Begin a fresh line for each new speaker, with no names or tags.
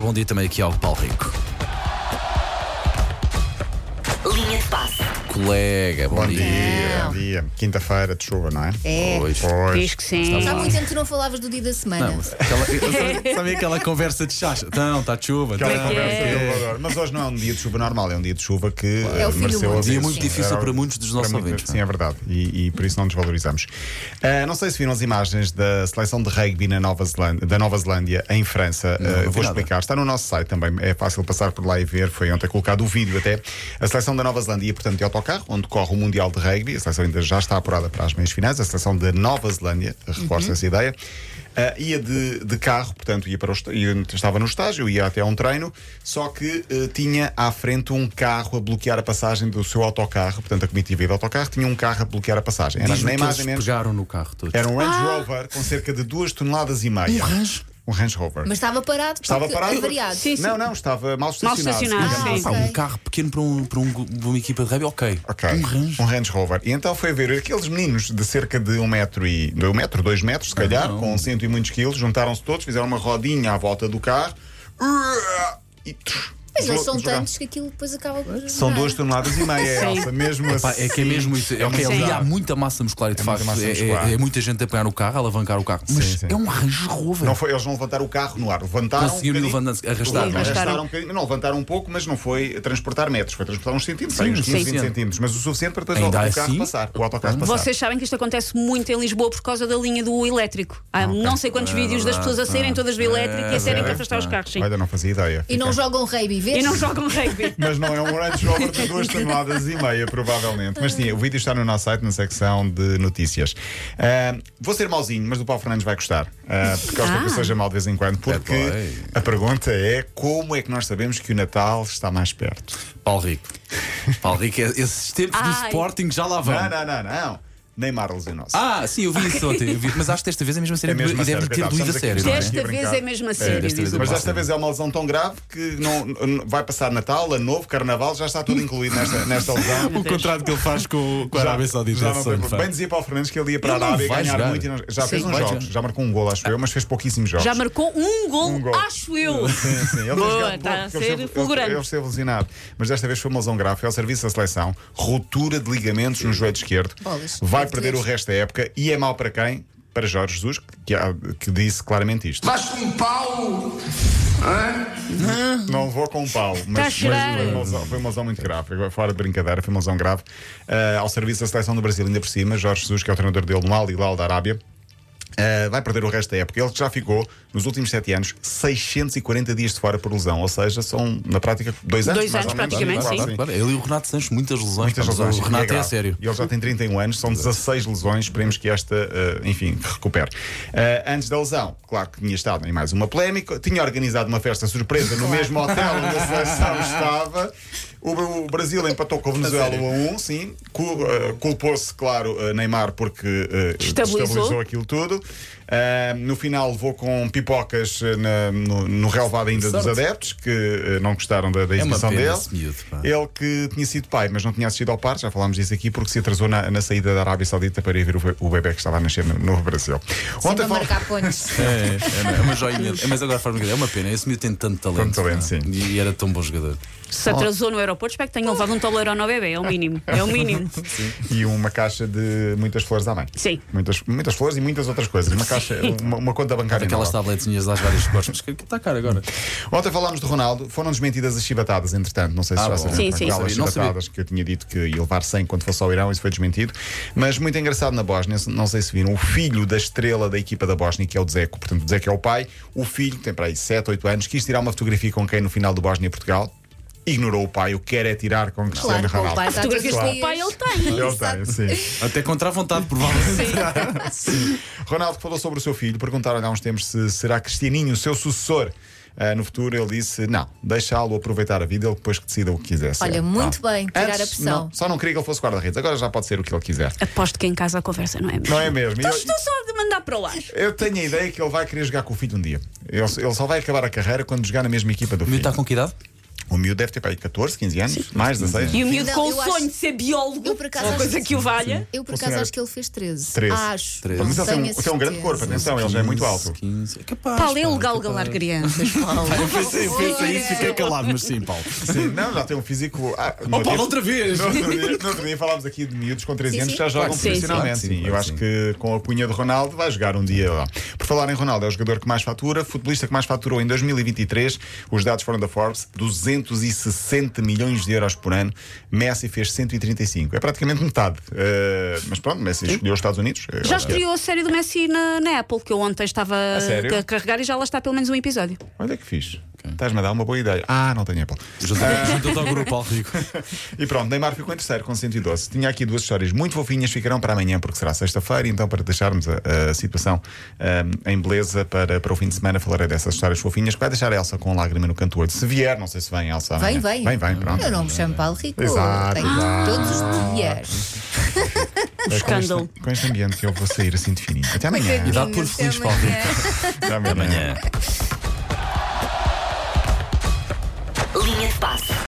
bom dia também aqui ao Paulo Rico.
Linha de passe.
Colega, bom,
Bom
dia.
dia,
Não.
bom dia. Quinta-feira de chuva, não é?
É,
Pois.
Pois.
diz que sim.
Está
Há muito tempo que tu não falavas do dia da semana.
Não, aquela, sabe aquela conversa de chacha? Então, está de chuva.
Aquela
então,
conversa
é.
do elevador. Mas hoje não é um dia de chuva normal, é um dia de chuva que
É
eh,
o fim do
mereceu
mundo.
a
Dia
Sim.
muito difícil para muitos dos nossos
Para muito-
ouvintes.
Sim, é verdade. E, e por isso não nos valorizamos. Ah, não sei se viram as imagens da seleção de rugby na Nova Zelândia, da Nova Zelândia em França. Ah,
não vi
vou
nada.
explicar. Está no nosso site também. É fácil passar por lá e ver. Foi ontem colocado o vídeo até. A seleção da Nova Zelândia, portanto, de autocarro, onde corre o Mundial de Rugby. A seleção ainda já está apurada para as meias finais. A seleção da Nova Zelândia, reforça essa ideia. ah, ia de, de carro, portanto, ia para o est- ia- estava no estágio, ia até a um treino, só que eh, tinha à frente um carro a bloquear a passagem do seu autocarro, portanto, a comitiva ia de autocarro tinha um carro a bloquear a passagem. Era
Diz-me
nem
que
mais
eles
nem menos.
pegaram no carro todos.
Era um Range Rover com cerca de 2 toneladas e meia. Um Range? Um Range Rover.
Mas estava parado
Estava
porque
parado?
é variado.
Sim, sim.
Não, não, estava mal estacionado.
estacionado,
digamos
sim.
assim.
Pá, um carro pequeno para, um- para um- para uma equipa de rugby, ok.
Ok.
Um range.
Um Range Rover. E então foi ver aqueles meninos de cerca de um metro e. de um metro, dois metros, se calhar, com cento e muitos quilos, juntaram-se todos, fizeram uma rodinha à volta do carro. E.
Mas eles
deslo-
são
deslocaram.
tantos é? que aquilo depois acaba por.
São
durar.
duas toneladas e meia,
Sim.
Elsa, mesmo assim.
Pá, é que é mesmo isso. É, ok,
muito
ali
grave.
há muita massa muscular e de
É muita
facto
massa
é,
muscular.
é- é muita gente a pegar no carro, a alavancar o carro. Mas
sim.
é um Range Rover.
Não foi, eles não levantaram o carro no ar, levantaram.
Conseguiram
um bocadinho.
levantar-se- arrastar,
Levantaram,
não é?
arrastaram um bocadinho. Não, levantaram um pouco, mas não foi transportar metros, foi transportar uns centímetros,
Sim,
sim, uns
sim.
15, 20 centímetros, mas o suficiente para depois o
Ainda
autocarro
assim?
passar. O autocarro passar.
Vocês sabem que isto acontece muito em Lisboa por causa da linha do elétrico. Há não sei quantos vídeos das pessoas a serem todas do elétrico e
É,
a serem
verdade.
para afastar os carros, sim.
Olha, não fazia ideia.
E não
Fica-
jogam rugby, vês?
E não jogam rugby.
Mas não é um Range Rover de duas toneladas e meia, provavelmente. Mas sim, o vídeo está no nosso site, na secção de notícias. Ah, vou ser mauzinho, mas do Paulo Fernandes vai gostar. Ah, porque gosta
Ah.
que eu seja mau de vez em quando. Porque
É, bem.
a pergunta é: como é que nós sabemos que o Natal está mais perto?
Paulo Rico. Paulo Rico, é- esses tempos do
Ai.
Sporting já lá vão.
Não, não, não, não. Neymar lesionou-se.
Ah, sim, eu vi isso ontem. eu vi- Mas acho que desta vez é mesmo a sério.
É mesmo
e
a
deve
sério,
ter
coitado,
doído a
estamos
sério.
aqui.
não é?
Sim,
Desta
brincar.
vez é mesmo assim.
desta vez
diz
é
o
Mas
mais.
Paulo.
desta vez é uma lesão tão grave que não, não- vai passar Natal, Ano Novo, Carnaval, já está tudo incluído nesta, nesta lesão.
O contrato que ele faz com, com a Arábia Saudita.
Já
é
não
só
tem-
de facto.
bem dizia Paulo Fernandes que ele ia para a
Ele não
Arábia
vai
ganhar
jogar.
muito e não- já
Sim.
fez uns
Vai
jogos,
jogar.
já marcou um gol, acho eu, mas fez pouquíssimos jogos.
Já marcou um gol,
Um gol.
acho eu.
Sim, sim. Ele tem
Boa,
jogado pouco,
está a
porque ele
ser
esteve- Ele, ele
fulgurante.
esteve lesionado. Mas desta vez foi uma lesão grave. Foi ao serviço da seleção. Rotura de ligamentos no joelho esquerdo.
Bolas.
é
Vai
Meu
perder
Deus.
o resto da época. E é mau para quem? Para Jorge Jesus, que, há- que disse claramente isto.
Mas com pau.
Não vou com o pau,
Tá a
mas,
chorar.
mas foi, uma lesão, foi uma lesão muito grave. Agora, Fora de brincadeira, foi uma lesão grave. Ah, ao serviço da seleção do Brasil, ainda por cima, Jorge Jesus, que é o treinador dele no Al Hilal da Arábia, ah, vai perder o resto da época. Ele que já ficou, nos últimos 7 anos, 640 dias de fora por lesão. Ou seja, são, na prática, dois anos.
Dois
mais
anos,
ou menos.
praticamente,
Quase,
sim.
sim.
Claro, ele e o Renato Santos, muitas lesões.
Muitas
pá, mas
lesões.
O
e
Renato é,
grave.
sério.
E ele já tem 31 anos, são 16 lesões. Esperemos que esta, eh, enfim, que recupere. Eh, antes da lesão, claro que tinha estado em mais uma polémica. Tinha organizado uma festa surpresa no mesmo hotel onde a seleção estava. O, Bra- o Brasil empatou com a Venezuela 1 a 1, sim. Cul- eh, Culpou-se, claro, eh, Neymar porque eh,
Destabilizou.
destabilizou aquilo tudo. Eh, no final levou com pipocas eh, na- no, no relvado ainda dos
Sorte.
adeptos que eh, não gostaram da, da
É uma
exibição
pena
dele.
esse miúdo, pá.
Ele que tinha sido pai, mas não tinha assistido ao parto, já falámos disso aqui, porque se atrasou na, na saída da Arábia Saudita para ir ver o, be- o bebê que estava a nascer no, no Brasil.
Sempre
Ontem
a
fal-
marcar pontos.
É, é, é uma joinha. É, Mas agora faz uma coisa, É uma pena. Esse miúdo tem tanto talento.
Tanto talento,
pá.
sim.
E era tão bom jogador.
Se atrasou no aeroporto, espero que tenham levado um toleirão ao bebê, é o mínimo. É o mínimo.
E uma caixa de muitas flores à mãe.
Sim.
Muitas, muitas flores e muitas outras coisas. Uma caixa, uma, uma conta bancária.
Aquelas
nova.
tabletinhas das várias cores. Mas que que está caro agora.
Ontem falámos de Ronaldo, foram desmentidas as chibatadas, entretanto, não sei se
Ah,
já
bom.
sabiam
Sim,
com
sim.
Não
aquelas
sabia, não
chibatadas que eu tinha dito que ia levar 100 quando fosse ao Irão, isso foi desmentido. Mas muito engraçado na Bósnia, não sei se viram, o filho da estrela da equipa da Bósnia, que é o Dzeko, portanto, o Dzeko é o pai, o filho, tem para aí 7, 8 anos, quis tirar uma fotografia com quem no final do Bósnia e Portugal, ignorou o pai, o que quer é tirar com Cristiano
Claro, com o
Ronaldo.
pai tá está todos
Fotografias
os
com o
dias.
pai ele tem.
Ele tem, sim.
Até contra a vontade, provavelmente.
Ronaldo que falou sobre o seu filho, perguntaram-lhe há uns tempos se será Cristianinho o seu sucessor. Ah, no futuro ele disse: não, deixá-lo aproveitar a vida, ele depois que decida o que quiser. ser."
Olha, muito bem, tirar
Antes,
a pressão.
não, só não queria que ele fosse guarda-redes, agora já pode ser o que ele quiser.
Aposto que em casa a conversa não é mesmo.
Não é mesmo? E
Então
Eu,
estou só de mandar para o ar.
eu tenho a ideia que ele vai querer jogar com o filho um dia. Ele, ele só vai acabar a carreira quando jogar na mesma equipa do
O miúdo
filho.
está com que idade?
O miúdo deve ter para aí 14, 15 anos, mais 16.
E o miúdo
Não,
com o
eu acho-
sonho de ser biólogo,
Eu, por acaso,
uma
acho
coisa
que
que o valha.
Eu, por
Ou
acaso,
será-
acho que ele fez 13.
13.
Acho.
13.
Não
Mas ele
tenho
tem, um-
a
tem um grande
certeza.
corpo, atenção, ele já é muito alto.
15. É capaz.
Paulo, é
pá,
legal
capaz.
um
galar crianças.
Eu pensei, pensei isso, fiquei calado, mas sim, Paulo.
Sim, não, já tem um físico. Ah, no
Oh,
outro
Paulo,
dia-
outra vez!
No outro, dia, no outro dia falámos aqui de miúdos com 13
Sim,
anos
sim.
que já jogam
Claro que sim,
profissionalmente.
claro que
Sim,
sim,
eu
claro
acho
que
que com a cunha de Ronaldo vai jogar um dia lá. Por falar em Ronaldo, é o jogador que mais fatura, futebolista que mais faturou em 2023. Os dados foram da Forbes: 260 milhões de euros por ano. Messi fez 135. É praticamente metade. Eh, mas pronto, Messi escolheu os Estados Unidos. Eh,
Já
olha,
estreou a série do Messi na, na Apple, que eu ontem estava
sério?
a carregar e já lá está pelo menos um episódio.
Olha que fixe. Estás-me a dar uma boa ideia. Ah, não tenho Apple. Ah.
Juntou-te ao grupo, Paulo Rico.
E pronto, Neymar ficou em terceiro com 112. Tinha aqui duas histórias muito fofinhas, ficarão para amanhã, porque será sexta-feira. Então, para deixarmos a, a situação ahm, em beleza para, para o fim de semana, falarei dessas histórias fofinhas, que vai deixar a Elsa com lágrima no canto olho. Se vier, não sei se vem, Elsa.
Vem,
amanhã.
vem. É um
Vem, vem, pronto.
Eu não me chamo Paulo Rico.
Exato,
Tenho
exato.
todos os dias.
É com
escândalo.
este- Com este ambiente que eu vou sair assim de fininho. Até amanhã.
E dá por feliz, Paulo Rico. É.
Até amanhã.
Amanhã.
Linha de passe.